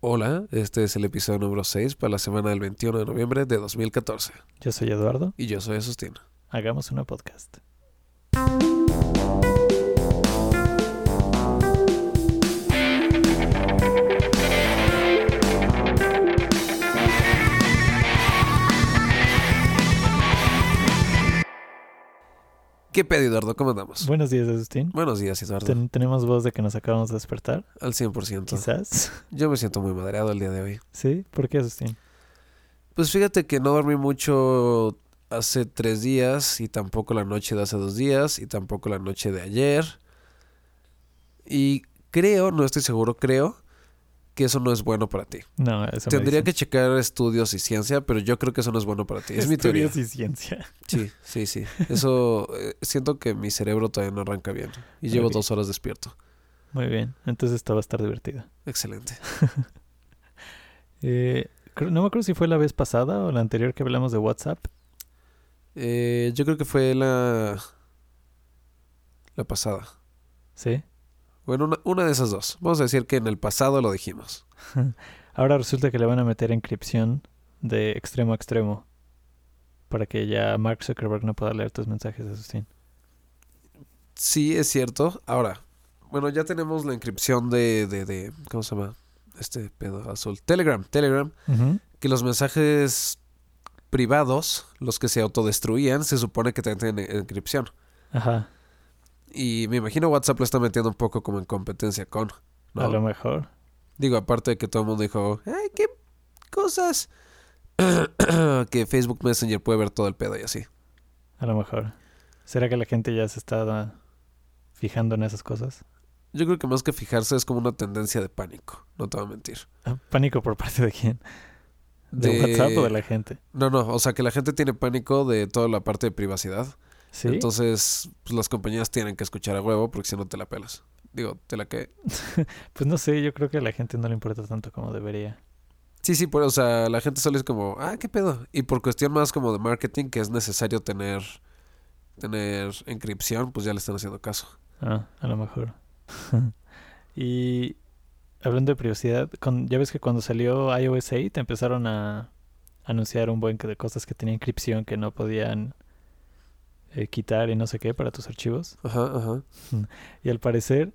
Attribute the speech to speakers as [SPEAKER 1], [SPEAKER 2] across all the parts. [SPEAKER 1] Hola, este es el episodio número 6 para la semana del 21 de noviembre de 2014.
[SPEAKER 2] Yo soy Eduardo,
[SPEAKER 1] Y yo soy Asustín.
[SPEAKER 2] hagamos una podcast.
[SPEAKER 1] ¿Qué pedo, Eduardo? ¿Cómo andamos?
[SPEAKER 2] Buenos días, Agustín.
[SPEAKER 1] Buenos días, Eduardo.
[SPEAKER 2] Ten- tenemos voz de que nos acabamos de despertar,
[SPEAKER 1] Al 100%.
[SPEAKER 2] quizás.
[SPEAKER 1] Yo me siento muy madreado el día de hoy.
[SPEAKER 2] ¿Sí? ¿Por qué, Agustín?
[SPEAKER 1] Pues fíjate que no dormí mucho hace tres días y tampoco la noche de hace dos días y tampoco la noche de ayer. Y creo, no estoy seguro, creo que eso no es bueno para ti.
[SPEAKER 2] No, eso me
[SPEAKER 1] Tendría que
[SPEAKER 2] dicen.
[SPEAKER 1] checar estudios y ciencia, pero yo creo que eso no es bueno para ti. Es mi teoría.
[SPEAKER 2] Estudios y ciencia.
[SPEAKER 1] Sí, sí, sí. Eso eh, siento que mi cerebro todavía no arranca bien y llevo
[SPEAKER 2] Ok.
[SPEAKER 1] dos horas despierto.
[SPEAKER 2] Muy bien, entonces esta va a estar divertida.
[SPEAKER 1] Excelente.
[SPEAKER 2] Eh, creo- no me acuerdo si fue la vez pasada o la anterior que hablamos de WhatsApp.
[SPEAKER 1] Eh, yo creo que fue la la pasada.
[SPEAKER 2] Sí.
[SPEAKER 1] Bueno, una, una de esas dos. Vamos a decir que en el pasado lo dijimos.
[SPEAKER 2] Ahora resulta que le van a meter encripción de extremo a extremo para que ya Mark Zuckerberg no pueda leer tus mensajes, Agustín.
[SPEAKER 1] Sí, es cierto. Ahora, bueno, ya tenemos la inscripción de, de, de ¿cómo se llama? Este pedo azul. Telegram, Telegram.
[SPEAKER 2] Ujú.
[SPEAKER 1] que los mensajes privados, los que se autodestruían, se supone que también tienen encripción.
[SPEAKER 2] Ajá,
[SPEAKER 1] Y me imagino WhatsApp lo está metiendo un poco como en competencia con. ¿no?
[SPEAKER 2] a lo mejor.
[SPEAKER 1] Digo, aparte de que todo el mundo dijo, ¡ay, qué cosas! que Facebook Messenger puede ver todo el pedo y así.
[SPEAKER 2] A lo mejor. ¿Será que la gente ya se está ah, fijando en esas cosas?
[SPEAKER 1] Yo creo que más que fijarse es como una tendencia de pánico, no te voy a mentir.
[SPEAKER 2] Ah, ¿Pánico por parte de quién? ¿De, WhatsApp o de la gente?
[SPEAKER 1] No, no, o sea que la gente tiene pánico de toda la parte de privacidad.
[SPEAKER 2] Sí.
[SPEAKER 1] Entonces, pues, las compañías tienen que escuchar a huevo porque si no te la pelas. Digo, te la que
[SPEAKER 2] Pues no sé, yo creo que a la gente no le importa tanto como debería.
[SPEAKER 1] Sí, sí, pero, o sea, la gente solo es como, ah, qué pedo. Y por cuestión más como de marketing, que es necesario tener, tener encripción, pues ya le están haciendo caso.
[SPEAKER 2] Ah, a lo mejor. y hablando de privacidad, con- ya ves que cuando salió iOS 8 empezaron a anunciar un buen que- de cosas que tenían encripción que no podían eh, quitar y no sé qué para tus archivos.
[SPEAKER 1] Ajá, ajá.
[SPEAKER 2] Y al parecer,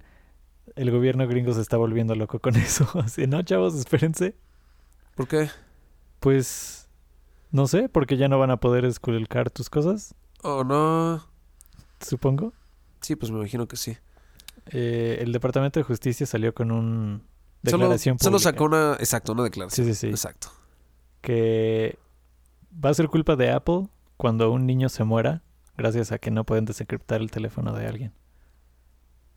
[SPEAKER 2] el gobierno gringo se está volviendo loco con eso. Así, no, chavos, espérense.
[SPEAKER 1] ¿Por qué?
[SPEAKER 2] Pues, no sé, porque ya no van a poder esculcar tus cosas,
[SPEAKER 1] Oh, no.
[SPEAKER 2] supongo.
[SPEAKER 1] Sí, pues me imagino que sí.
[SPEAKER 2] Eh, el Departamento de Justicia salió con un
[SPEAKER 1] Solo,
[SPEAKER 2] declaración
[SPEAKER 1] solo
[SPEAKER 2] pública.
[SPEAKER 1] sacó una, exacto, una declaración.
[SPEAKER 2] Sí, sí, sí.
[SPEAKER 1] Exacto.
[SPEAKER 2] Que va a ser culpa de Apple cuando un niño se muera gracias a que no pueden desencriptar el teléfono de alguien.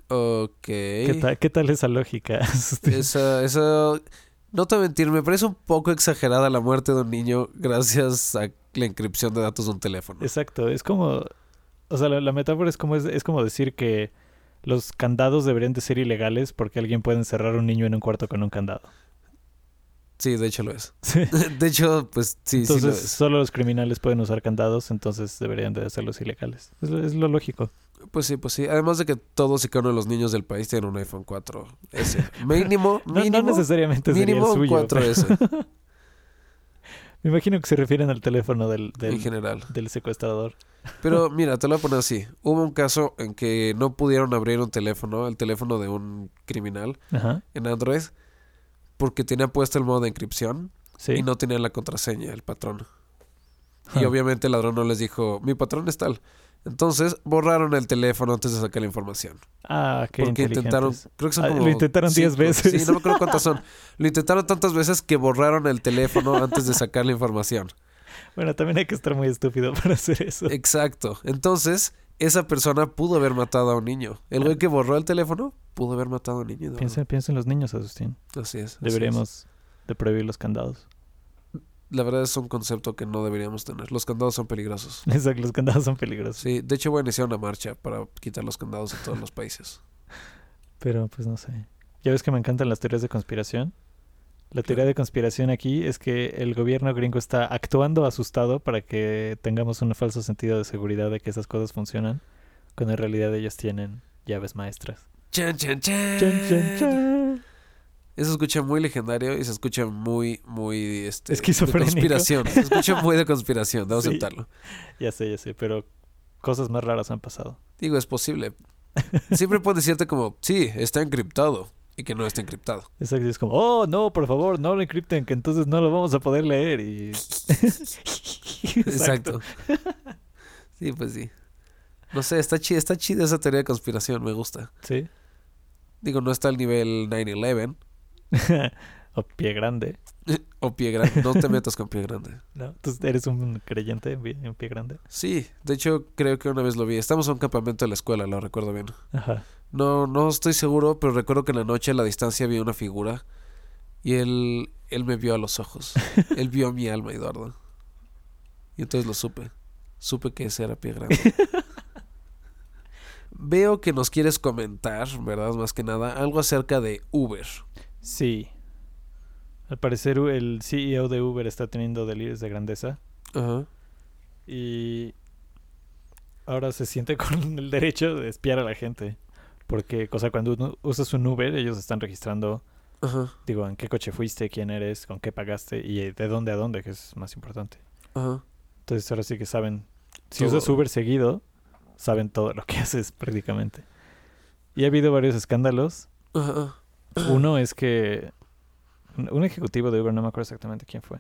[SPEAKER 1] Ok.
[SPEAKER 2] ¿Qué, tal, ¿Qué tal esa lógica?
[SPEAKER 1] Esa, esa, no te voy a mentir, me parece un poco exagerada la muerte de un niño gracias a la encripción de datos de un teléfono.
[SPEAKER 2] Exacto, es como, o sea, la, la metáfora es como, es, es como decir que los candados deberían de ser ilegales porque alguien puede encerrar a un niño en un cuarto con un candado.
[SPEAKER 1] Sí, de hecho lo es.
[SPEAKER 2] Sí.
[SPEAKER 1] De hecho, pues sí, sí lo
[SPEAKER 2] entonces,
[SPEAKER 1] es.
[SPEAKER 2] solo los criminales pueden usar candados, entonces deberían de hacerlos ilegales. Es, lo- es lo lógico.
[SPEAKER 1] Pues sí, pues sí. Además de que todos y cada uno de los niños del país tienen un iPhone 4S. Mínimo,
[SPEAKER 2] No, no
[SPEAKER 1] mínimo,
[SPEAKER 2] necesariamente sería el
[SPEAKER 1] mínimo un
[SPEAKER 2] suyo.
[SPEAKER 1] 4S
[SPEAKER 2] pero Me imagino que se refieren al teléfono del, del-
[SPEAKER 1] en general.
[SPEAKER 2] del secuestrador.
[SPEAKER 1] Pero mira, te lo voy a poner así. Hubo un caso en que no pudieron abrir un teléfono, el teléfono de un criminal
[SPEAKER 2] Ajá,
[SPEAKER 1] en Android, porque tenía puesto el modo de encripción
[SPEAKER 2] sí.
[SPEAKER 1] y no tenían la contraseña, el patrón. Y
[SPEAKER 2] Ah.
[SPEAKER 1] obviamente el ladrón no les dijo, mi patrón es tal. Entonces borraron el teléfono antes de sacar la información.
[SPEAKER 2] Ah, qué
[SPEAKER 1] porque intentaron,
[SPEAKER 2] inteligentes.
[SPEAKER 1] creo que son
[SPEAKER 2] Ah,
[SPEAKER 1] como
[SPEAKER 2] lo intentaron 10
[SPEAKER 1] cinco,
[SPEAKER 2] veces.
[SPEAKER 1] Sí, no me acuerdo cuántas son. Lo intentaron tantas veces que borraron el teléfono antes de sacar la información.
[SPEAKER 2] Bueno, también hay que estar muy estúpido para hacer eso.
[SPEAKER 1] Exacto. Entonces, esa persona pudo haber matado a un niño. El güey que borró el teléfono pudo haber matado a un niño. Eduardo.
[SPEAKER 2] Piensa, piensa en los niños, Agustín.
[SPEAKER 1] Así es. así es.
[SPEAKER 2] Deberíamos de prohibir los candados.
[SPEAKER 1] La verdad es un concepto que no deberíamos tener. Los candados son peligrosos.
[SPEAKER 2] Exacto, los candados son peligrosos.
[SPEAKER 1] Sí, de hecho voy a iniciar una marcha para quitar los candados en todos los países.
[SPEAKER 2] Pero pues no sé. Ya ves que me encantan las teorías de conspiración. La teoría de conspiración aquí es que el gobierno gringo está actuando asustado para que tengamos un falso sentido de seguridad de que esas cosas funcionan, cuando en realidad ellos tienen llaves maestras.
[SPEAKER 1] Chan, chan, chan.
[SPEAKER 2] Chan, chan, chan.
[SPEAKER 1] Eso se escucha muy legendario y se escucha muy, muy este, de
[SPEAKER 2] Esquizofrénico.
[SPEAKER 1] conspiración. Se escucha muy de conspiración, debo
[SPEAKER 2] Sí.
[SPEAKER 1] aceptarlo.
[SPEAKER 2] Ya sé, ya sé, pero cosas más raras han pasado.
[SPEAKER 1] Digo, es posible. Siempre puede decirte como, sí, está encriptado y que no está encriptado.
[SPEAKER 2] Exacto, es como, oh, no, por favor, no lo encripten, que entonces no lo vamos a poder leer. Y...
[SPEAKER 1] Exacto. Sí, pues sí. No sé, está chida, está chida esa teoría de conspiración, me gusta.
[SPEAKER 2] Sí.
[SPEAKER 1] Digo, no está al nivel 9-11
[SPEAKER 2] o pie grande,
[SPEAKER 1] o pie grande. No te metas con pie grande.
[SPEAKER 2] ¿no? Tú eres un creyente en pie- en pie grande.
[SPEAKER 1] Sí, de hecho creo que una vez lo vi. Estamos en un campamento de la escuela, lo recuerdo bien.
[SPEAKER 2] Ajá.
[SPEAKER 1] No, no estoy seguro, pero recuerdo que en la noche a la distancia vi una figura y él, él me vio a los ojos. Él vio a mi alma, Eduardo. Y entonces lo supe. Supe que ese era pie grande. Veo que nos quieres comentar, ¿verdad? Más que nada, algo acerca de Uber.
[SPEAKER 2] Sí. Al parecer U- el CEO de Uber está teniendo delirios de grandeza
[SPEAKER 1] Ajá.
[SPEAKER 2] y ahora se siente con el derecho de espiar a la gente. Porque, cosa cuando uno- usas un Uber, ellos están registrando,
[SPEAKER 1] Ajá.
[SPEAKER 2] digo, en qué coche fuiste, quién eres, con qué pagaste y eh, de dónde a dónde, que es más importante.
[SPEAKER 1] Ajá.
[SPEAKER 2] Entonces ahora sí que saben. Si
[SPEAKER 1] Todo.
[SPEAKER 2] usas Uber seguido, saben todo lo que haces prácticamente. Y ha habido varios escándalos.
[SPEAKER 1] Ajá.
[SPEAKER 2] Uno es que un un ejecutivo de Uber, no me acuerdo exactamente quién fue,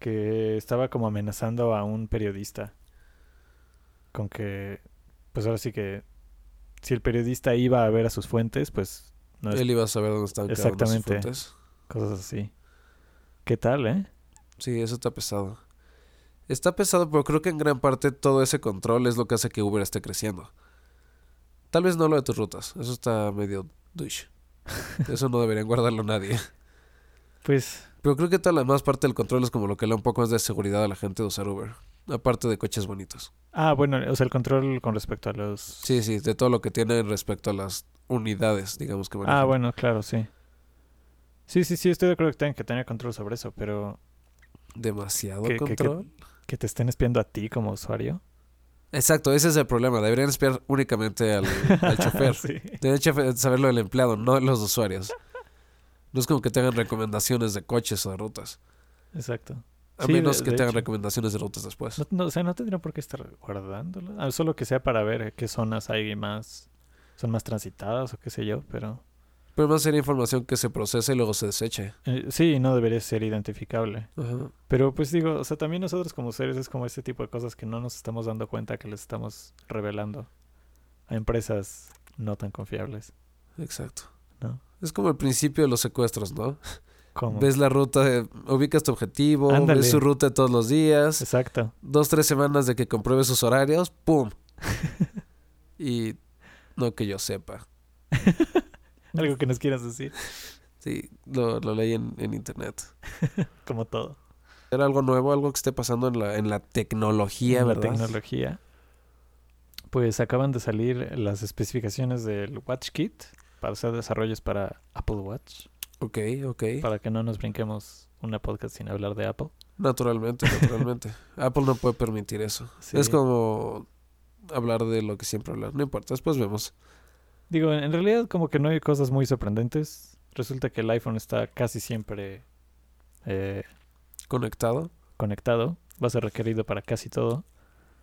[SPEAKER 2] que estaba como amenazando a un periodista con que, pues ahora sí que, si el periodista iba a ver a sus fuentes, pues no es
[SPEAKER 1] Él iba a saber dónde estaban cada una de sus
[SPEAKER 2] Exactamente.
[SPEAKER 1] fuentes.
[SPEAKER 2] cosas así. ¿Qué tal, eh?
[SPEAKER 1] Sí, eso está pesado. Está pesado, pero creo que en gran parte todo ese control es lo que hace que Uber esté creciendo. Tal vez no lo de tus rutas, eso está medio douche. Eso no deberían guardarlo nadie.
[SPEAKER 2] Pues
[SPEAKER 1] Pero creo que toda la más parte del control es como lo que le da un poco más de seguridad a la gente de usar Uber. Aparte de coches bonitos.
[SPEAKER 2] Ah, bueno, o sea, el control con respecto a los...
[SPEAKER 1] Sí, sí, de todo lo que tienen respecto a las unidades, digamos que
[SPEAKER 2] Ah,
[SPEAKER 1] manejan.
[SPEAKER 2] bueno, claro, sí. Sí, sí, sí, estoy de acuerdo que tengan que tener control sobre eso, pero
[SPEAKER 1] Demasiado
[SPEAKER 2] que, que- que-
[SPEAKER 1] control.
[SPEAKER 2] que te estén espiando a ti como usuario.
[SPEAKER 1] Exacto, ese es el problema. Deberían espiar únicamente al, al chofer.
[SPEAKER 2] sí.
[SPEAKER 1] Tienen que saberlo del empleado, no de los usuarios. No es como que te hagan recomendaciones de coches o de rutas.
[SPEAKER 2] Exacto.
[SPEAKER 1] A
[SPEAKER 2] Sí,
[SPEAKER 1] menos
[SPEAKER 2] de-
[SPEAKER 1] que
[SPEAKER 2] de
[SPEAKER 1] te hagan
[SPEAKER 2] hecho.
[SPEAKER 1] recomendaciones de rutas después.
[SPEAKER 2] No, no, o sea, no tendrían por qué estar guardándolo. Ah, Solo que sea para ver qué zonas hay más, son más transitadas o qué sé yo, pero...
[SPEAKER 1] Pero más sería información que se procesa y luego se deseche.
[SPEAKER 2] eh, sí, no debería ser identificable. Pero pues digo, o sea, también nosotros como seres es como este tipo de cosas que no nos estamos dando cuenta que les estamos revelando a empresas no tan confiables.
[SPEAKER 1] Exacto.
[SPEAKER 2] No.
[SPEAKER 1] Es como el principio de los secuestros, ¿no?
[SPEAKER 2] Como...
[SPEAKER 1] Ves la ruta, de- ubicas tu objetivo,
[SPEAKER 2] Ándale.
[SPEAKER 1] ves su ruta de todos los días,
[SPEAKER 2] Exacto.
[SPEAKER 1] dos, tres semanas de que compruebes sus horarios, ¡pum! y no que yo sepa.
[SPEAKER 2] Algo que nos quieras decir,
[SPEAKER 1] Sí, lo, lo leí en- en internet.
[SPEAKER 2] como todo.
[SPEAKER 1] Era algo nuevo, algo que esté pasando en la, en la tecnología,
[SPEAKER 2] En
[SPEAKER 1] ¿verdad?
[SPEAKER 2] La tecnología. Pues acaban de salir las especificaciones del Watch Kit para hacer desarrollos para Apple Watch.
[SPEAKER 1] Ok, ok.
[SPEAKER 2] Para que no nos brinquemos una podcast sin hablar de Apple.
[SPEAKER 1] Naturalmente, naturalmente. Apple no puede permitir eso.
[SPEAKER 2] Sí.
[SPEAKER 1] Es como hablar de lo que siempre hablar. No importa, después vemos.
[SPEAKER 2] Digo, en realidad como que no hay cosas muy sorprendentes. Resulta que el iPhone está casi siempre eh,
[SPEAKER 1] ¿Conectado?
[SPEAKER 2] conectado. Va a ser requerido para casi todo.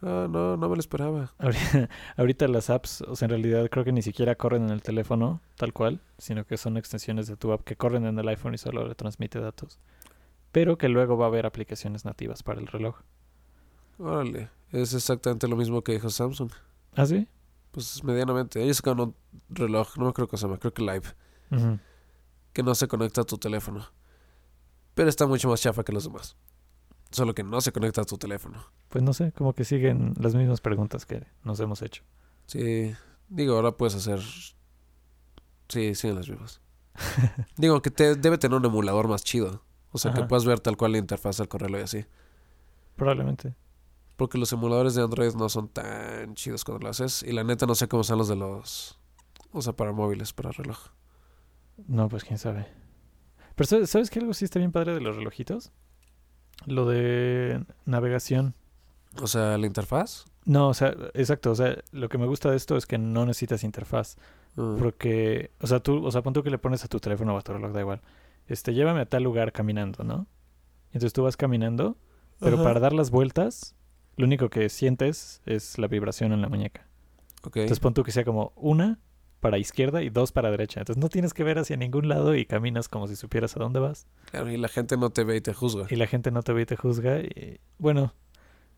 [SPEAKER 1] Ah, no, no me lo esperaba.
[SPEAKER 2] Ahori- Ahorita las apps, o sea, en realidad creo que ni siquiera corren en el teléfono tal cual, sino que son extensiones de tu app que corren en el iPhone y solo le transmite datos. Pero que luego va a haber aplicaciones nativas para el reloj.
[SPEAKER 1] Órale, es exactamente lo mismo que dijo Samsung.
[SPEAKER 2] ¿Ah, sí?
[SPEAKER 1] Pues medianamente. Ellos sacaron un reloj, no me creo que se llama, creo que Live,
[SPEAKER 2] Ujú.
[SPEAKER 1] que no se conecta a tu teléfono. Pero está mucho más chafa que los demás. Solo que no se conecta a tu teléfono.
[SPEAKER 2] Pues no sé, como que siguen las mismas preguntas que nos hemos hecho.
[SPEAKER 1] Sí, digo, ahora puedes hacer. Sí, siguen las mismas. digo, que te, debe tener un emulador más chido. O sea, que
[SPEAKER 2] Ajá.
[SPEAKER 1] puedas ver tal cual la interfaz del correo y así.
[SPEAKER 2] Probablemente.
[SPEAKER 1] Porque los emuladores de Android no son tan chidos cuando lo haces. Y la neta, no sé cómo son los de los. O sea, para móviles, para reloj.
[SPEAKER 2] No, pues quién sabe. Pero ¿sabes- ¿sabes qué algo sí está bien padre de los relojitos? Lo de navegación.
[SPEAKER 1] O sea, la interfaz.
[SPEAKER 2] No, o sea, exacto. O sea, lo que me gusta de esto es que no necesitas interfaz.
[SPEAKER 1] Ah,
[SPEAKER 2] Porque, o sea, tú, o sea, pon tú que le pones a tu teléfono o a tu reloj, da igual. Este, llévame a tal lugar caminando, ¿no? Entonces tú vas caminando, pero
[SPEAKER 1] Ajá.
[SPEAKER 2] para dar las vueltas, lo único que sientes es la vibración en la muñeca.
[SPEAKER 1] ok.
[SPEAKER 2] Entonces pon tú que sea como una para izquierda y dos para derecha. Entonces no tienes que ver hacia ningún lado y caminas como si supieras a dónde vas.
[SPEAKER 1] Claro, y la gente no te ve y te juzga.
[SPEAKER 2] Y la gente no te ve y te juzga. Y, bueno,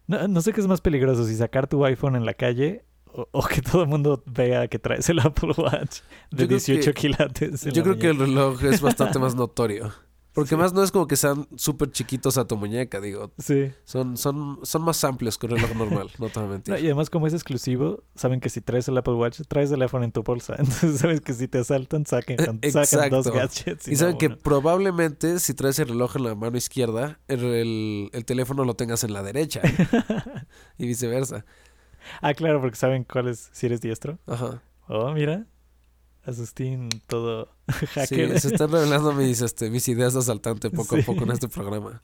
[SPEAKER 2] no, no sé qué es más peligroso, si sacar tu iPhone en la calle o, o que todo el mundo vea que traes el Apple Watch
[SPEAKER 1] Yo creo que-
[SPEAKER 2] de 18 quilates. en
[SPEAKER 1] Yo
[SPEAKER 2] la
[SPEAKER 1] creo que el
[SPEAKER 2] muñeca.
[SPEAKER 1] reloj es bastante más notorio. Porque
[SPEAKER 2] Sí.
[SPEAKER 1] más no es como que sean súper chiquitos a tu muñeca, digo.
[SPEAKER 2] Sí.
[SPEAKER 1] Son, son, son más amplios que un reloj normal, no te voy a mentir.
[SPEAKER 2] No, y además, como es exclusivo, saben que si traes el Apple Watch, traes el iPhone en tu bolsa. Entonces, sabes que si te asaltan, saquen,
[SPEAKER 1] Eh,
[SPEAKER 2] sacan dos
[SPEAKER 1] exacto.
[SPEAKER 2] gadgets.
[SPEAKER 1] Y saben
[SPEAKER 2] no
[SPEAKER 1] que
[SPEAKER 2] uno.
[SPEAKER 1] probablemente si traes el reloj en la mano izquierda, el, el teléfono lo tengas en la derecha. y viceversa.
[SPEAKER 2] Ah, claro, porque saben cuál es, si eres diestro.
[SPEAKER 1] Ajá.
[SPEAKER 2] Oh, mira. Asustín, todo hacker.
[SPEAKER 1] Sí, se están revelando mis, este, mis ideas de asaltante poco
[SPEAKER 2] Sí.
[SPEAKER 1] a poco en este programa.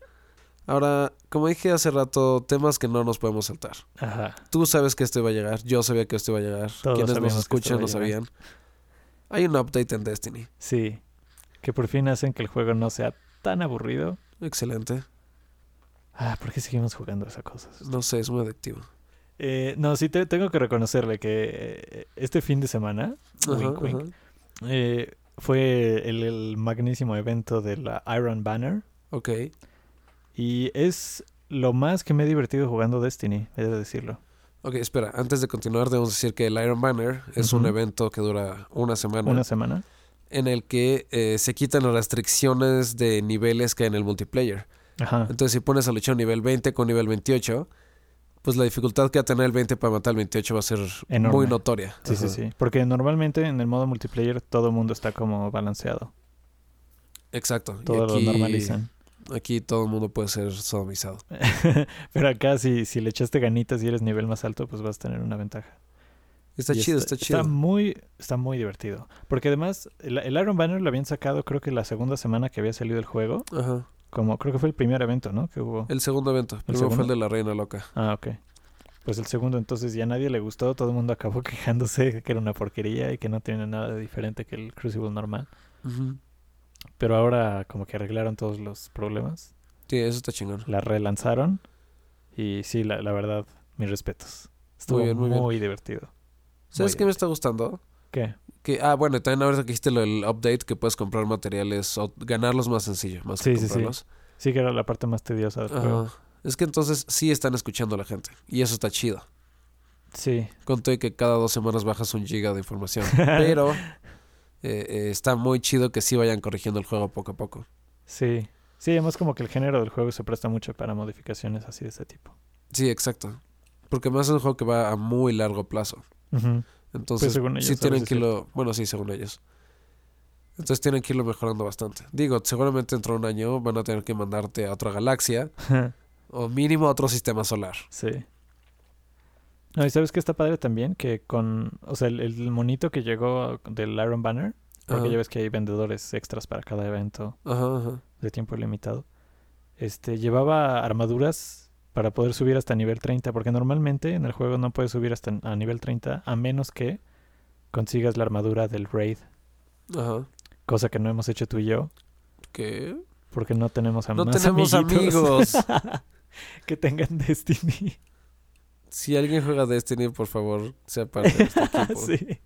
[SPEAKER 1] Ahora, como dije hace rato, temas que no nos podemos saltar.
[SPEAKER 2] Ajá.
[SPEAKER 1] Tú sabes que esto iba a llegar, yo sabía que esto iba a llegar.
[SPEAKER 2] Todos
[SPEAKER 1] Quienes nos
[SPEAKER 2] sabíamos que esto
[SPEAKER 1] escuchan lo
[SPEAKER 2] iba a llegar.
[SPEAKER 1] sabían. Hay un update en Destiny.
[SPEAKER 2] Sí. Que por fin hacen que el juego no sea tan aburrido.
[SPEAKER 1] Excelente.
[SPEAKER 2] Ah, ¿por qué seguimos jugando esas cosas?
[SPEAKER 1] No sé, es muy adictivo.
[SPEAKER 2] Eh, no, sí, te- tengo que reconocerle que eh, este fin de semana
[SPEAKER 1] Ajá,
[SPEAKER 2] Wink, wink.
[SPEAKER 1] ajá.
[SPEAKER 2] eh, fue el, el magnísimo evento de la Iron Banner.
[SPEAKER 1] Ok.
[SPEAKER 2] Y es lo más que me he divertido jugando Destiny, he de decirlo.
[SPEAKER 1] Ok, espera, antes de continuar debemos decir que el Iron Banner es un
[SPEAKER 2] Ujú.
[SPEAKER 1] evento que dura una semana
[SPEAKER 2] Una semana.
[SPEAKER 1] en el que eh, se quitan las restricciones de niveles que hay en el multiplayer.
[SPEAKER 2] Ajá.
[SPEAKER 1] Entonces si pones a luchar nivel 20 con nivel 28, pues la dificultad que va a tener el 20 para matar al 28 va a ser
[SPEAKER 2] Enorme.
[SPEAKER 1] muy notoria.
[SPEAKER 2] Sí, sí,
[SPEAKER 1] Ajá.
[SPEAKER 2] sí. Porque normalmente en el modo multiplayer todo el mundo está como balanceado.
[SPEAKER 1] Exacto. Y
[SPEAKER 2] Todo
[SPEAKER 1] aquí-
[SPEAKER 2] lo normalizan.
[SPEAKER 1] Aquí todo el mundo puede ser sodomizado.
[SPEAKER 2] Pero acá si, si le echaste ganitas y eres nivel más alto, pues vas a tener una ventaja.
[SPEAKER 1] Está
[SPEAKER 2] Y
[SPEAKER 1] chido, está, chido.
[SPEAKER 2] Está muy, está muy divertido. Porque además, el, el Iron Banner lo habían sacado creo que la segunda semana que había salido el juego.
[SPEAKER 1] Ajá.
[SPEAKER 2] Como creo que fue el primer evento, ¿no? Que hubo.
[SPEAKER 1] El segundo evento. Primero fue el
[SPEAKER 2] segundo?
[SPEAKER 1] de la reina loca.
[SPEAKER 2] Ah, ok. Pues el segundo entonces ya a nadie le gustó, todo el mundo acabó quejándose que era una porquería y que no tiene nada de diferente que el Crucible normal.
[SPEAKER 1] Ujú.
[SPEAKER 2] Pero ahora como que arreglaron todos los problemas,
[SPEAKER 1] Sí, eso está chingón.
[SPEAKER 2] la relanzaron y sí, la, la verdad, mis respetos. Estuvo muy,
[SPEAKER 1] bien, muy bien.
[SPEAKER 2] divertido.
[SPEAKER 1] ¿Sabes
[SPEAKER 2] Muy
[SPEAKER 1] qué
[SPEAKER 2] bien.
[SPEAKER 1] me está gustando?
[SPEAKER 2] ¿Qué?
[SPEAKER 1] Que, ah, bueno, y también ahorita que hiciste lo del update, que puedes comprar materiales o ganarlos más sencillo, más que
[SPEAKER 2] Sí, sí, sí.
[SPEAKER 1] comprarlos.
[SPEAKER 2] Sí que era la parte más tediosa del juego.
[SPEAKER 1] Ajá. Es que entonces sí están escuchando a la gente. Y eso está chido.
[SPEAKER 2] Sí,
[SPEAKER 1] Conté que cada dos semanas bajas un giga de información. Pero eh, eh, está muy chido que sí vayan corrigiendo el juego poco a poco.
[SPEAKER 2] sí. Sí, además como que el género del juego se presta mucho para modificaciones así de ese tipo.
[SPEAKER 1] Sí, exacto. Porque más es un juego que va a muy largo plazo.
[SPEAKER 2] Ujú.
[SPEAKER 1] Entonces,
[SPEAKER 2] Pues, según ellos,
[SPEAKER 1] sí
[SPEAKER 2] a
[SPEAKER 1] tienen
[SPEAKER 2] veces
[SPEAKER 1] que irlo. Bueno, sí, según ellos. Entonces tienen que irlo mejorando bastante. Digo, seguramente dentro de un año van a tener que mandarte a otra galaxia o mínimo a otro sistema solar.
[SPEAKER 2] Sí. No, y sabes que está padre también que con, o sea, el, el monito que llegó del Iron Banner, porque
[SPEAKER 1] Ajá,
[SPEAKER 2] ya ves que hay vendedores extras para cada evento
[SPEAKER 1] ajá, ajá.
[SPEAKER 2] de tiempo limitado. Este, llevaba armaduras para poder subir hasta nivel 30, porque normalmente en el juego no puedes subir hasta a nivel 30 a menos que consigas la armadura del Raid,
[SPEAKER 1] ajá.
[SPEAKER 2] cosa que no hemos hecho tú y yo,
[SPEAKER 1] ¿Qué?
[SPEAKER 2] porque no tenemos a
[SPEAKER 1] No
[SPEAKER 2] más
[SPEAKER 1] tenemos
[SPEAKER 2] amiguitos
[SPEAKER 1] amigos.
[SPEAKER 2] que tengan Destiny.
[SPEAKER 1] Si alguien juega Destiny, por favor, sea parte de este equipo.
[SPEAKER 2] sí.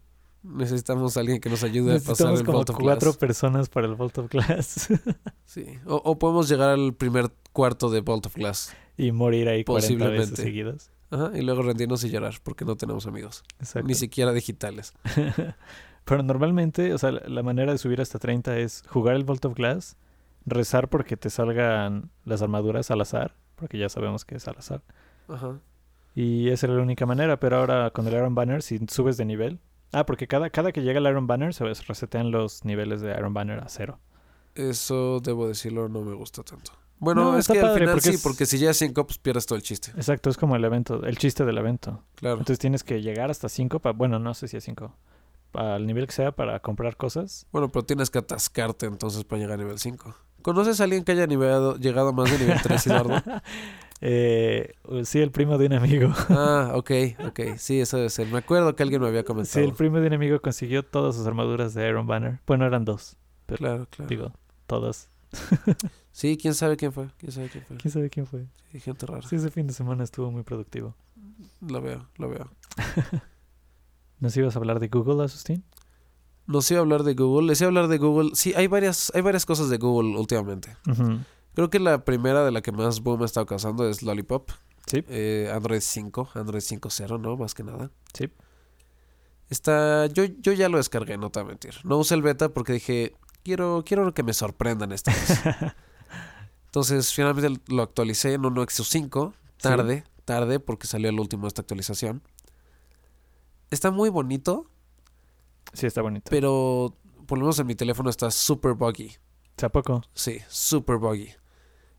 [SPEAKER 1] Necesitamos a alguien que nos ayude a pasar
[SPEAKER 2] Necesitamos
[SPEAKER 1] el
[SPEAKER 2] como
[SPEAKER 1] Vault of
[SPEAKER 2] cuatro
[SPEAKER 1] Glass.
[SPEAKER 2] personas para el Vault of Glass
[SPEAKER 1] Sí. O, o podemos llegar al primer cuarto de Vault of Glass.
[SPEAKER 2] y morir ahí 40 veces
[SPEAKER 1] Posiblemente.
[SPEAKER 2] seguidas.
[SPEAKER 1] Ajá, y luego rendirnos y llorar porque no tenemos amigos.
[SPEAKER 2] Exacto.
[SPEAKER 1] Ni siquiera digitales.
[SPEAKER 2] Pero normalmente, o sea, la- la manera de subir hasta 30 es jugar el Vault of Glass, rezar porque te salgan las armaduras al azar, porque ya sabemos que es al azar.
[SPEAKER 1] Ajá.
[SPEAKER 2] Y esa era la única manera, pero ahora con el Iron Banner, si subes de nivel. Ah, porque cada, cada que llega el Iron Banner se ves- resetean los niveles de Iron Banner a cero.
[SPEAKER 1] Eso, debo decirlo, no me gusta tanto. Bueno,
[SPEAKER 2] No,
[SPEAKER 1] es
[SPEAKER 2] está
[SPEAKER 1] que al
[SPEAKER 2] padre,
[SPEAKER 1] final
[SPEAKER 2] porque
[SPEAKER 1] sí,
[SPEAKER 2] es-
[SPEAKER 1] porque si ya 5, pues pierdes todo el chiste.
[SPEAKER 2] Exacto, es como el evento, el chiste del evento.
[SPEAKER 1] Claro.
[SPEAKER 2] Entonces tienes que llegar hasta 5 para, bueno, no sé si a 5, al nivel que sea para comprar cosas.
[SPEAKER 1] Bueno, pero tienes que atascarte entonces para llegar a nivel 5. ¿Conoces a alguien que haya nivelado- llegado a más de nivel 3, Eduardo?
[SPEAKER 2] Eh, sí, el primo de un amigo.
[SPEAKER 1] Ah, ok, ok. Sí, eso debe ser. Me acuerdo que alguien me había
[SPEAKER 2] Sí,
[SPEAKER 1] comentado.
[SPEAKER 2] el primo de un amigo consiguió todas sus armaduras de Iron Banner. Bueno, eran dos. pero-
[SPEAKER 1] Claro, claro.
[SPEAKER 2] Digo, todas.
[SPEAKER 1] Sí, quién sabe quién fue. Quién sabe quién fue.
[SPEAKER 2] ¿Quién sabe quién fue?
[SPEAKER 1] Sí, gente rara.
[SPEAKER 2] Sí, ese fin de semana estuvo muy productivo.
[SPEAKER 1] Lo veo, lo veo.
[SPEAKER 2] ¿Nos ibas a hablar de Google, Asustín?
[SPEAKER 1] Nos iba a hablar de Google. Les iba a hablar de Google. Sí, hay varias, hay varias cosas de Google últimamente.
[SPEAKER 2] Ujú.
[SPEAKER 1] Creo que la primera de la que más boom ha estado causando es Lollipop.
[SPEAKER 2] Sí.
[SPEAKER 1] Eh, Android 5, Android 5.0, ¿no? Más que nada.
[SPEAKER 2] Sí.
[SPEAKER 1] Está, yo, yo ya lo descargué, no te voy a mentir. No usé el beta porque dije, quiero, quiero que me sorprendan esta vez. Entonces, finalmente lo actualicé en un Nexus 5,
[SPEAKER 2] Sí.
[SPEAKER 1] tarde, tarde, porque salió el último de esta actualización. Está muy bonito,
[SPEAKER 2] Sí, está bonito.
[SPEAKER 1] pero por lo menos en mi teléfono está super buggy.
[SPEAKER 2] ¿A poco?
[SPEAKER 1] Sí, super buggy.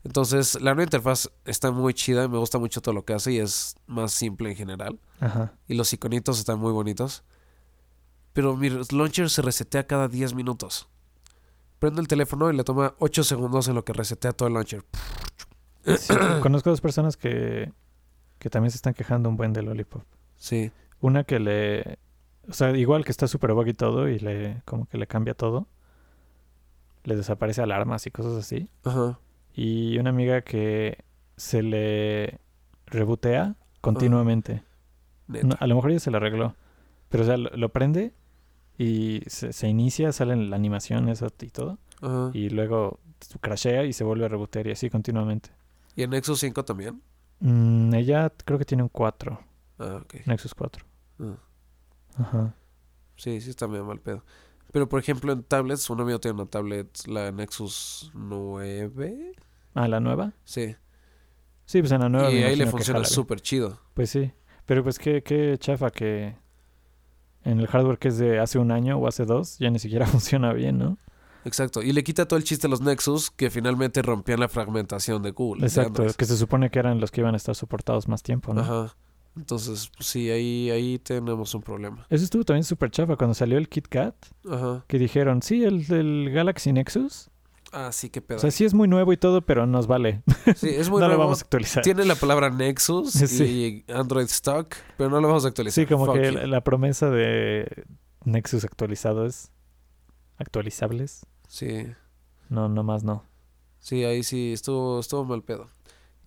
[SPEAKER 1] Entonces, la nueva interfaz está muy chida, me gusta mucho todo lo que hace y es más simple en general.
[SPEAKER 2] Ajá.
[SPEAKER 1] Y los iconitos están muy bonitos. Pero mi launcher se resetea cada 10 minutos. Prendo el teléfono y le toma 8 segundos en lo que resetea todo el launcher.
[SPEAKER 2] Sí, conozco dos personas que, que también se están quejando un buen de Lollipop.
[SPEAKER 1] Sí,
[SPEAKER 2] Una que le... O sea, igual que está súper buggy todo y le como que le cambia todo. Le desaparece alarmas y cosas así.
[SPEAKER 1] ajá.
[SPEAKER 2] Y una amiga que se le rebotea continuamente.
[SPEAKER 1] Ah, neta.
[SPEAKER 2] No, a lo mejor ya se lo arregló. Pero o sea, lo, lo prende y se, se inicia, sale la animación esa y todo.
[SPEAKER 1] Ajá.
[SPEAKER 2] Y luego crashea y se vuelve a rebotear y así continuamente.
[SPEAKER 1] ¿Y en Nexus 5 también?
[SPEAKER 2] Mm, ella creo que tiene un 4,
[SPEAKER 1] Ah, ok.
[SPEAKER 2] Nexus 4.
[SPEAKER 1] Ah.
[SPEAKER 2] Ajá.
[SPEAKER 1] Sí, sí está medio mal pedo. Pero, por ejemplo, en tablets, un amigo tiene una tablet, la Nexus 9.
[SPEAKER 2] Ah, la nueva.
[SPEAKER 1] Sí.
[SPEAKER 2] Sí, pues en la nueva.
[SPEAKER 1] y ahí
[SPEAKER 2] me
[SPEAKER 1] le
[SPEAKER 2] imagino que
[SPEAKER 1] funciona
[SPEAKER 2] jala bien.
[SPEAKER 1] súper chido.
[SPEAKER 2] Pues sí. Pero pues qué, qué chafa que en el hardware que es de hace un año o hace dos ya ni siquiera funciona bien, ¿no?
[SPEAKER 1] Exacto. Y le quita todo el chiste a los Nexus que finalmente rompían la fragmentación de Google. de
[SPEAKER 2] Exacto.
[SPEAKER 1] Android.
[SPEAKER 2] Que se supone que eran los que iban a estar soportados más tiempo, ¿no?
[SPEAKER 1] pues. Ajá. Entonces, pues, sí, ahí, ahí tenemos un problema.
[SPEAKER 2] Eso estuvo también súper chafa cuando salió el KitKat,
[SPEAKER 1] Ajá.
[SPEAKER 2] que dijeron, sí, el del Galaxy Nexus.
[SPEAKER 1] Ah, sí, qué
[SPEAKER 2] O
[SPEAKER 1] pedo.
[SPEAKER 2] sea, sí es muy nuevo y todo, pero nos vale.
[SPEAKER 1] Sí, es
[SPEAKER 2] Pues, no
[SPEAKER 1] muy
[SPEAKER 2] lo
[SPEAKER 1] nuevo.
[SPEAKER 2] vamos a actualizar.
[SPEAKER 1] Tiene la palabra Nexus
[SPEAKER 2] Sí.
[SPEAKER 1] y Android Stock, pero no lo vamos a actualizar.
[SPEAKER 2] Sí, como
[SPEAKER 1] Fuck
[SPEAKER 2] que
[SPEAKER 1] you.
[SPEAKER 2] la, la promesa de Nexus actualizados, actualizables,
[SPEAKER 1] Sí,
[SPEAKER 2] no, nomás no.
[SPEAKER 1] sí, ahí sí estuvo, estuvo mal pedo.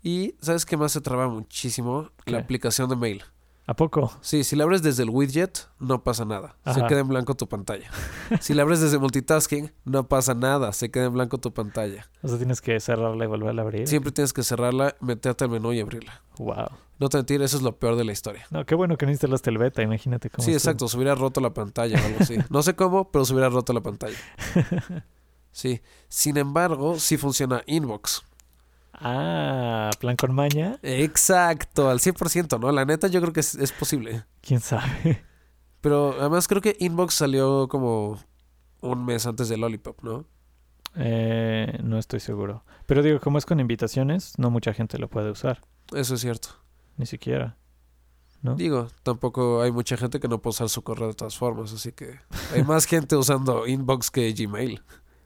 [SPEAKER 1] Y, ¿sabes qué más se traba muchísimo?
[SPEAKER 2] ¿Qué?
[SPEAKER 1] La aplicación de mail.
[SPEAKER 2] ¿A poco?
[SPEAKER 1] Sí, si la abres desde el widget, no pasa nada. Se
[SPEAKER 2] Ajá.
[SPEAKER 1] queda en blanco tu pantalla. si la abres desde multitasking, no pasa nada. Se queda en blanco tu pantalla.
[SPEAKER 2] O sea, tienes que cerrarla y volverla a abrir.
[SPEAKER 1] Siempre tienes que cerrarla, meterte al menú y abrirla.
[SPEAKER 2] Wow.
[SPEAKER 1] No te mentir, eso es lo peor de la historia.
[SPEAKER 2] No, qué bueno que no instalaste el beta, imagínate cómo.
[SPEAKER 1] Sí,
[SPEAKER 2] estuvo.
[SPEAKER 1] exacto. Se hubiera roto la pantalla o algo así. No sé cómo, pero se hubiera roto la pantalla. Sí. Sin embargo, sí funciona Inbox.
[SPEAKER 2] Ah, plan con maña,
[SPEAKER 1] Exacto, al 100%, ¿no? La neta yo creo que es, es posible.
[SPEAKER 2] quién sabe.
[SPEAKER 1] Pero además creo que Inbox salió como un mes antes de Lollipop, ¿no?
[SPEAKER 2] Eh, no estoy seguro. Pero digo, como es con invitaciones, no mucha gente lo puede usar,
[SPEAKER 1] Eso es cierto.
[SPEAKER 2] ni siquiera. ¿no?
[SPEAKER 1] Digo, tampoco hay mucha gente que no puede usar su correo de todas formas, así que hay más gente usando Inbox que Gmail.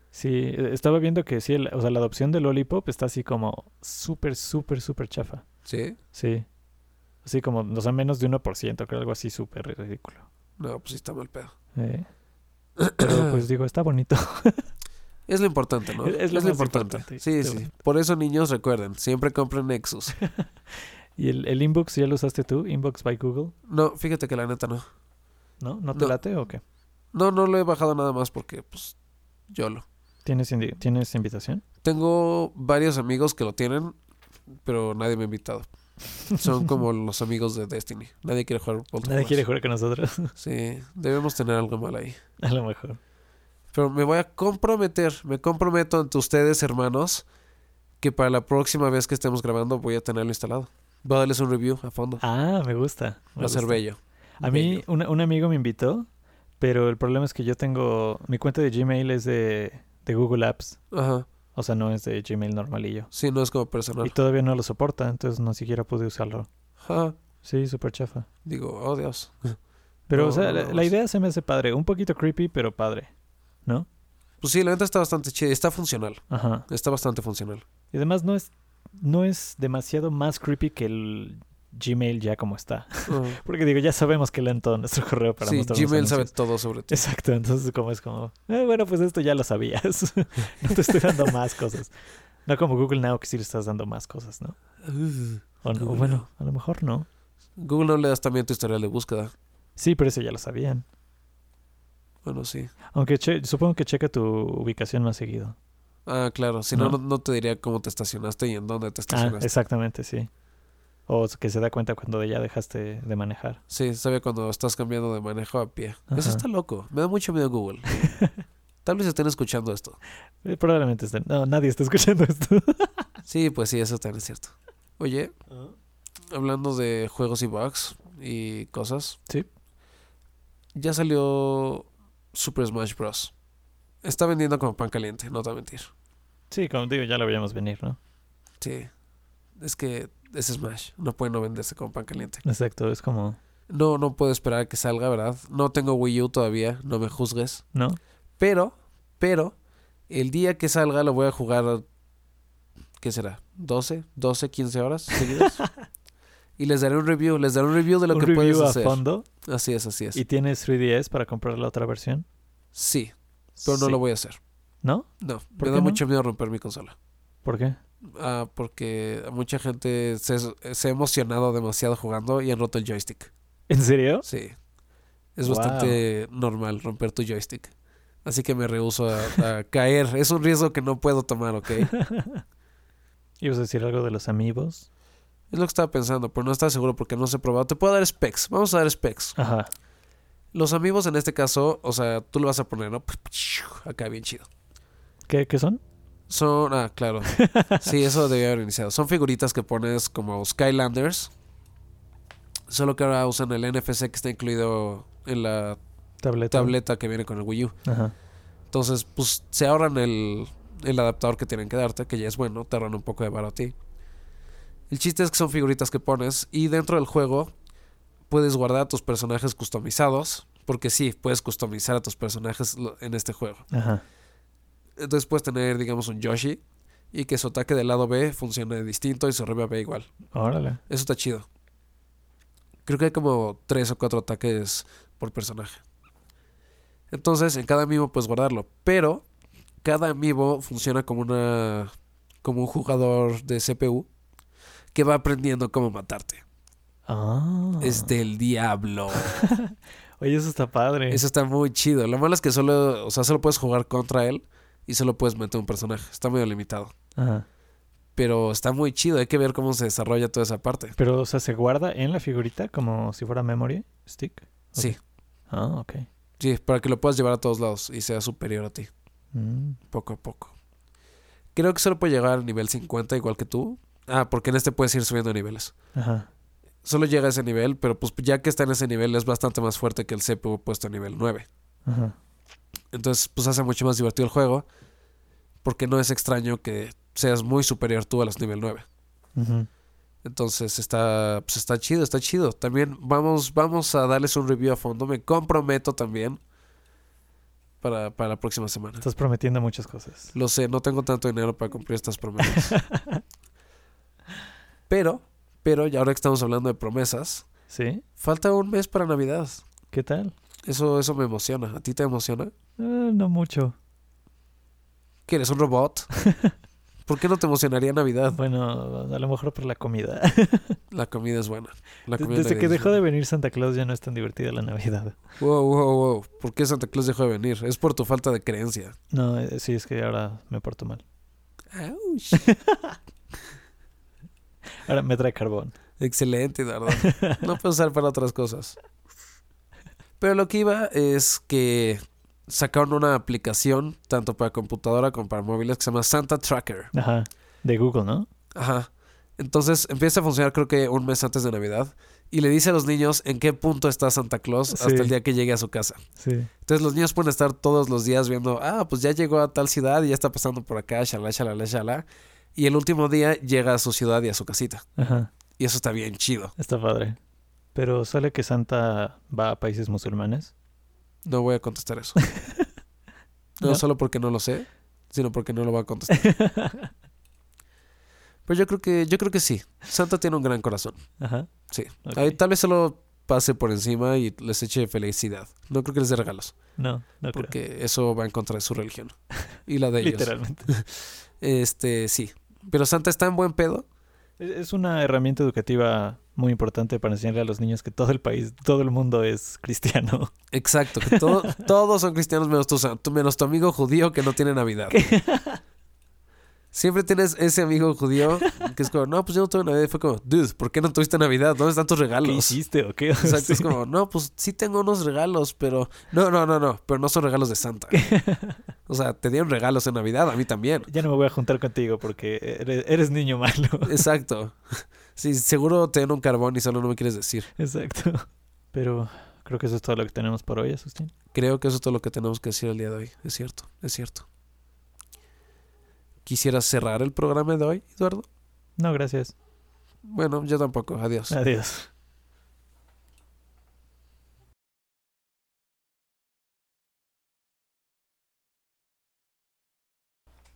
[SPEAKER 2] Sí, eh, estaba viendo que sí, el- o sea, la adopción del Lollipop está así como súper, súper, súper chafa.
[SPEAKER 1] ¿Sí?
[SPEAKER 2] Sí. Así como, o sea, menos de 1%, creo algo así súper ridículo.
[SPEAKER 1] No, pues sí está mal pedo.
[SPEAKER 2] Eh, pero pues digo, está bonito.
[SPEAKER 1] Es lo importante, ¿no?
[SPEAKER 2] Es- es lo más importante,
[SPEAKER 1] Sí,
[SPEAKER 2] es lo
[SPEAKER 1] sí.
[SPEAKER 2] importante.
[SPEAKER 1] Por eso, niños, recuerden, siempre compren Nexus.
[SPEAKER 2] ¿Y el, el inbox ya lo usaste tú? ¿Inbox by Google?
[SPEAKER 1] No, fíjate que la neta no.
[SPEAKER 2] ¿No? ¿No te
[SPEAKER 1] No.
[SPEAKER 2] late o qué?
[SPEAKER 1] No, no lo he bajado nada más porque, pues, yo lo.
[SPEAKER 2] ¿Tienes, indi- ¿Tienes invitación?
[SPEAKER 1] Tengo varios amigos que lo tienen, pero nadie me ha invitado. Son como los amigos de Destiny. Nadie quiere jugar World of
[SPEAKER 2] Nadie
[SPEAKER 1] Warcraft.
[SPEAKER 2] quiere jugar con nosotros,
[SPEAKER 1] Sí, debemos tener algo mal ahí.
[SPEAKER 2] a lo mejor.
[SPEAKER 1] Pero me voy a comprometer, me comprometo ante ustedes, hermanos, que para la próxima vez que estemos grabando voy a tenerlo instalado. Voy a darles un review a fondo.
[SPEAKER 2] Ah, me gusta. me
[SPEAKER 1] Va a ser
[SPEAKER 2] gusta.
[SPEAKER 1] bello.
[SPEAKER 2] A mí
[SPEAKER 1] Bello.
[SPEAKER 2] una- un amigo me invitó, pero el problema es que yo tengo... Mi cuenta de Gmail es de, de Google Apps,
[SPEAKER 1] Ajá.
[SPEAKER 2] o sea, no es de Gmail normalillo.
[SPEAKER 1] Sí, no es como
[SPEAKER 2] Y
[SPEAKER 1] personal.
[SPEAKER 2] todavía no lo soporta, entonces no siquiera pude usarlo.
[SPEAKER 1] Ajá.
[SPEAKER 2] Sí, súper chafa.
[SPEAKER 1] Digo, oh Dios.
[SPEAKER 2] Pero,
[SPEAKER 1] No,
[SPEAKER 2] o sea,
[SPEAKER 1] no,
[SPEAKER 2] la,
[SPEAKER 1] no,
[SPEAKER 2] la
[SPEAKER 1] sí.
[SPEAKER 2] idea se me hace padre. Un poquito creepy, pero padre.
[SPEAKER 1] Pues sí, la neta está bastante chida. Está funcional.
[SPEAKER 2] Ajá.
[SPEAKER 1] Está bastante funcional.
[SPEAKER 2] Y además no es no es demasiado más creepy que el Gmail ya como está.
[SPEAKER 1] Ujú.
[SPEAKER 2] Porque digo, ya sabemos que leen todo nuestro correo para
[SPEAKER 1] Sí,
[SPEAKER 2] mostrarnos
[SPEAKER 1] Gmail sabe
[SPEAKER 2] anuncios.
[SPEAKER 1] todo sobre ti.
[SPEAKER 2] Exacto, entonces como es como, "Eh, bueno, pues esto ya lo sabías. no te estoy dando más cosas. No como Google Now que sí le estás dando más cosas, ¿no?
[SPEAKER 1] Ugh.
[SPEAKER 2] O, no- o
[SPEAKER 1] Google
[SPEAKER 2] bueno, a lo mejor no.
[SPEAKER 1] Google no le das también tu historial de búsqueda.
[SPEAKER 2] Sí, pero eso ya lo sabían.
[SPEAKER 1] Bueno, sí.
[SPEAKER 2] Aunque che- supongo que checa tu ubicación más seguido.
[SPEAKER 1] Ah, claro. Si no, no,
[SPEAKER 2] No.
[SPEAKER 1] no te diría cómo te estacionaste y en dónde te
[SPEAKER 2] Ah,
[SPEAKER 1] estacionaste.
[SPEAKER 2] exactamente, sí. O que se da cuenta cuando ya dejaste de manejar.
[SPEAKER 1] Sí, sabe cuando estás cambiando de manejo a pie.
[SPEAKER 2] Ajá.
[SPEAKER 1] Eso está loco. Me da mucho miedo Google. Tal vez estén escuchando esto.
[SPEAKER 2] Eh, Probablemente estén- No, nadie está escuchando esto.
[SPEAKER 1] Sí, pues sí, eso también es cierto. Oye,
[SPEAKER 2] Ah.
[SPEAKER 1] hablando de juegos y bugs y cosas.
[SPEAKER 2] Sí.
[SPEAKER 1] Ya salió Super Smash Bros. Está vendiendo como pan caliente, no te voy a mentir.
[SPEAKER 2] Sí, como digo, ya lo veíamos venir, ¿no?
[SPEAKER 1] Sí. Es que es Smash. No puede no venderse como pan caliente.
[SPEAKER 2] Exacto, es como,
[SPEAKER 1] No, no puedo esperar a que salga, ¿verdad? No tengo Wii U todavía, no me juzgues.
[SPEAKER 2] ¿no?
[SPEAKER 1] Pero, pero, el día que salga lo voy a jugar. ¿Qué será? ¿12? ¿12, 15 horas seguidas? y les daré un review, les daré un review de lo
[SPEAKER 2] Un
[SPEAKER 1] que puedes
[SPEAKER 2] review a
[SPEAKER 1] hacer.
[SPEAKER 2] fondo.
[SPEAKER 1] Así es, así es.
[SPEAKER 2] ¿Y tienes 3DS para comprar la otra versión?
[SPEAKER 1] Sí, pero no
[SPEAKER 2] Sí.
[SPEAKER 1] lo voy a hacer.
[SPEAKER 2] ¿No?
[SPEAKER 1] No,
[SPEAKER 2] ¿Por
[SPEAKER 1] me
[SPEAKER 2] qué
[SPEAKER 1] da
[SPEAKER 2] no?
[SPEAKER 1] mucho miedo romper mi consola.
[SPEAKER 2] ¿Por qué?
[SPEAKER 1] Ah, porque mucha gente se, se ha emocionado demasiado jugando y han roto el joystick.
[SPEAKER 2] ¿En serio?
[SPEAKER 1] Sí. Es
[SPEAKER 2] Wow.
[SPEAKER 1] bastante normal romper tu joystick. Así que me rehuso a, a caer. Es un riesgo que no puedo tomar, ¿ok? Es
[SPEAKER 2] ¿Ibas a decir algo de los amigos?
[SPEAKER 1] lo que estaba pensando, pero no estaba seguro porque no se he probado. Te puedo dar specs. Vamos a dar specs.
[SPEAKER 2] Ajá.
[SPEAKER 1] Los amigos en este caso, o sea, tú lo vas a poner, ¿no? Pues, Acá bien chido.
[SPEAKER 2] ¿Qué, qué son?
[SPEAKER 1] Son, ah, claro. Sí, eso debía haber iniciado. Son figuritas que pones como Skylanders. Solo que ahora usan el NFC que está incluido en la
[SPEAKER 2] Tableta.
[SPEAKER 1] tableta que viene con el Wii U.
[SPEAKER 2] Ajá.
[SPEAKER 1] Entonces, pues se ahorran el, el adaptador que tienen que darte, que ya es bueno, te ahorran un poco de varo a ti. El chiste es que son figuritas que pones y dentro del juego puedes guardar a tus personajes customizados, porque sí, puedes customizar a tus personajes lo- en este juego.
[SPEAKER 2] Ajá.
[SPEAKER 1] Entonces puedes tener, digamos, un Yoshi y que su ataque del lado B funcione distinto y su arriba B igual.
[SPEAKER 2] Órale.
[SPEAKER 1] Eso está chido. Creo que hay como tres o cuatro ataques por personaje. Entonces, en cada amiibo puedes guardarlo. Pero cada amiibo funciona como una. como un jugador de CPU que va aprendiendo cómo matarte.
[SPEAKER 2] Ah.
[SPEAKER 1] Es del diablo.
[SPEAKER 2] Oye, eso está padre.
[SPEAKER 1] Eso está muy chido. Lo malo es que solo. O sea, solo puedes jugar contra él y solo puedes meter un personaje. Está medio limitado.
[SPEAKER 2] Ajá.
[SPEAKER 1] Pero está muy chido. Hay que ver cómo se desarrolla toda esa parte.
[SPEAKER 2] Pero, o sea, ¿se guarda en la figurita como si fuera memory stick?
[SPEAKER 1] Sí.
[SPEAKER 2] Ah, ok.
[SPEAKER 1] Sí, para que lo puedas llevar a todos lados y sea superior a ti.
[SPEAKER 2] Mm.
[SPEAKER 1] poco a poco. Creo que solo puede llegar al nivel 50 igual que tú. Ah, porque en este puedes ir subiendo niveles.
[SPEAKER 2] Ajá.
[SPEAKER 1] Solo llega a ese nivel, pero pues ya que está en ese nivel es bastante más fuerte que el CPU puesto a nivel 9.
[SPEAKER 2] Ajá.
[SPEAKER 1] Entonces pues hace mucho más divertido el juego porque no es extraño que seas muy superior tú a los nivel 9.
[SPEAKER 2] Ujú.
[SPEAKER 1] Entonces está pues está chido, está chido. También vamos vamos a darles un review a fondo, me comprometo también para, para la próxima semana.
[SPEAKER 2] Estás prometiendo muchas cosas.
[SPEAKER 1] Lo sé, no tengo tanto dinero para cumplir estas promesas. pero, pero, y ahora que estamos hablando de promesas,
[SPEAKER 2] ¿Sí?
[SPEAKER 1] falta un mes para Navidad.
[SPEAKER 2] ¿Qué tal?
[SPEAKER 1] Eso, eso me emociona. ¿A ti te emociona?
[SPEAKER 2] Ah, no mucho.
[SPEAKER 1] ¿Que eres un robot? ¿Por qué no te emocionaría Navidad?
[SPEAKER 2] Bueno, a lo mejor por la comida.
[SPEAKER 1] La comida es buena. La comida
[SPEAKER 2] Desde que
[SPEAKER 1] navideña es
[SPEAKER 2] dejó de
[SPEAKER 1] buena.
[SPEAKER 2] venir Santa Claus ya no es tan divertida la Navidad.
[SPEAKER 1] Wow, wow, wow. ¿Por qué Santa Claus dejó de venir? Es por tu falta de creencia.
[SPEAKER 2] No, eh, sí, es que ahora me porto mal.
[SPEAKER 1] Ouch.
[SPEAKER 2] Ahora me trae carbón.
[SPEAKER 1] Excelente, Dardo. No pensar para otras cosas. Pero lo que iba es que sacaron una aplicación, tanto para computadora como para móviles, que se llama Santa Tracker.
[SPEAKER 2] Ajá. De Google, ¿no?
[SPEAKER 1] Ajá. Entonces empieza a funcionar creo que un mes antes de Navidad y le dice a los niños en qué punto está Santa Claus hasta
[SPEAKER 2] Sí.
[SPEAKER 1] el día que llegue a su casa.
[SPEAKER 2] Sí.
[SPEAKER 1] Entonces los niños pueden estar todos los días viendo, ah, pues ya llegó a tal ciudad y ya está pasando por acá, shalá, shalá, shalá. Y el último día llega a su ciudad y a su casita.
[SPEAKER 2] Ajá.
[SPEAKER 1] Y eso está bien chido.
[SPEAKER 2] Está padre. Pero sale que Santa va a países musulmanes.
[SPEAKER 1] No voy a contestar eso. No,
[SPEAKER 2] ¿No?
[SPEAKER 1] solo porque no lo sé, sino porque no lo voy a contestar. Pero Pues yo creo que, yo creo que sí. Santa tiene un gran corazón.
[SPEAKER 2] Ajá.
[SPEAKER 1] Sí.
[SPEAKER 2] Ok.
[SPEAKER 1] Ahí tal vez solo pase por encima y les eche felicidad. No creo que les dé regalos.
[SPEAKER 2] No, no creo.
[SPEAKER 1] Porque eso va en contra de su religión. Y la de ellos.
[SPEAKER 2] Literalmente.
[SPEAKER 1] Este, sí. Pero Santa está en buen pedo.
[SPEAKER 2] Es- Es una herramienta educativa muy importante para enseñarle a los niños que todo el país, todo el mundo es cristiano.
[SPEAKER 1] Exacto. Que todo- todos son cristianos menos tu, san- tú- menos tu amigo judío que no tiene Navidad. Siempre tienes ese amigo judío que es como, no, pues yo no tuve Navidad. Y fue como, dude, ¿por qué no tuviste Navidad? ¿Dónde están tus
[SPEAKER 2] ¿Qué
[SPEAKER 1] regalos?
[SPEAKER 2] hiciste o qué?
[SPEAKER 1] Exacto, es
[SPEAKER 2] Sí.
[SPEAKER 1] como, no, pues sí tengo unos regalos, pero... No, no, no, no, pero no son regalos de Santa. O sea, te dieron regalos en Navidad, a mí también.
[SPEAKER 2] Ya no me voy a juntar contigo porque eres, eres niño malo.
[SPEAKER 1] Exacto. Sí, seguro te dieron un carbón y solo no me quieres decir.
[SPEAKER 2] Exacto. Pero creo que eso es todo lo que tenemos por hoy, Asustín.
[SPEAKER 1] Creo que eso es todo lo que tenemos que decir el día de hoy. Es cierto, es cierto. Quisiera cerrar el programa de hoy, Eduardo?
[SPEAKER 2] No, gracias.
[SPEAKER 1] Bueno, yo tampoco. Adiós.
[SPEAKER 2] Adiós.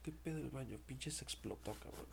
[SPEAKER 1] ¿Qué pedo el baño? Pinches explotó, cabrón.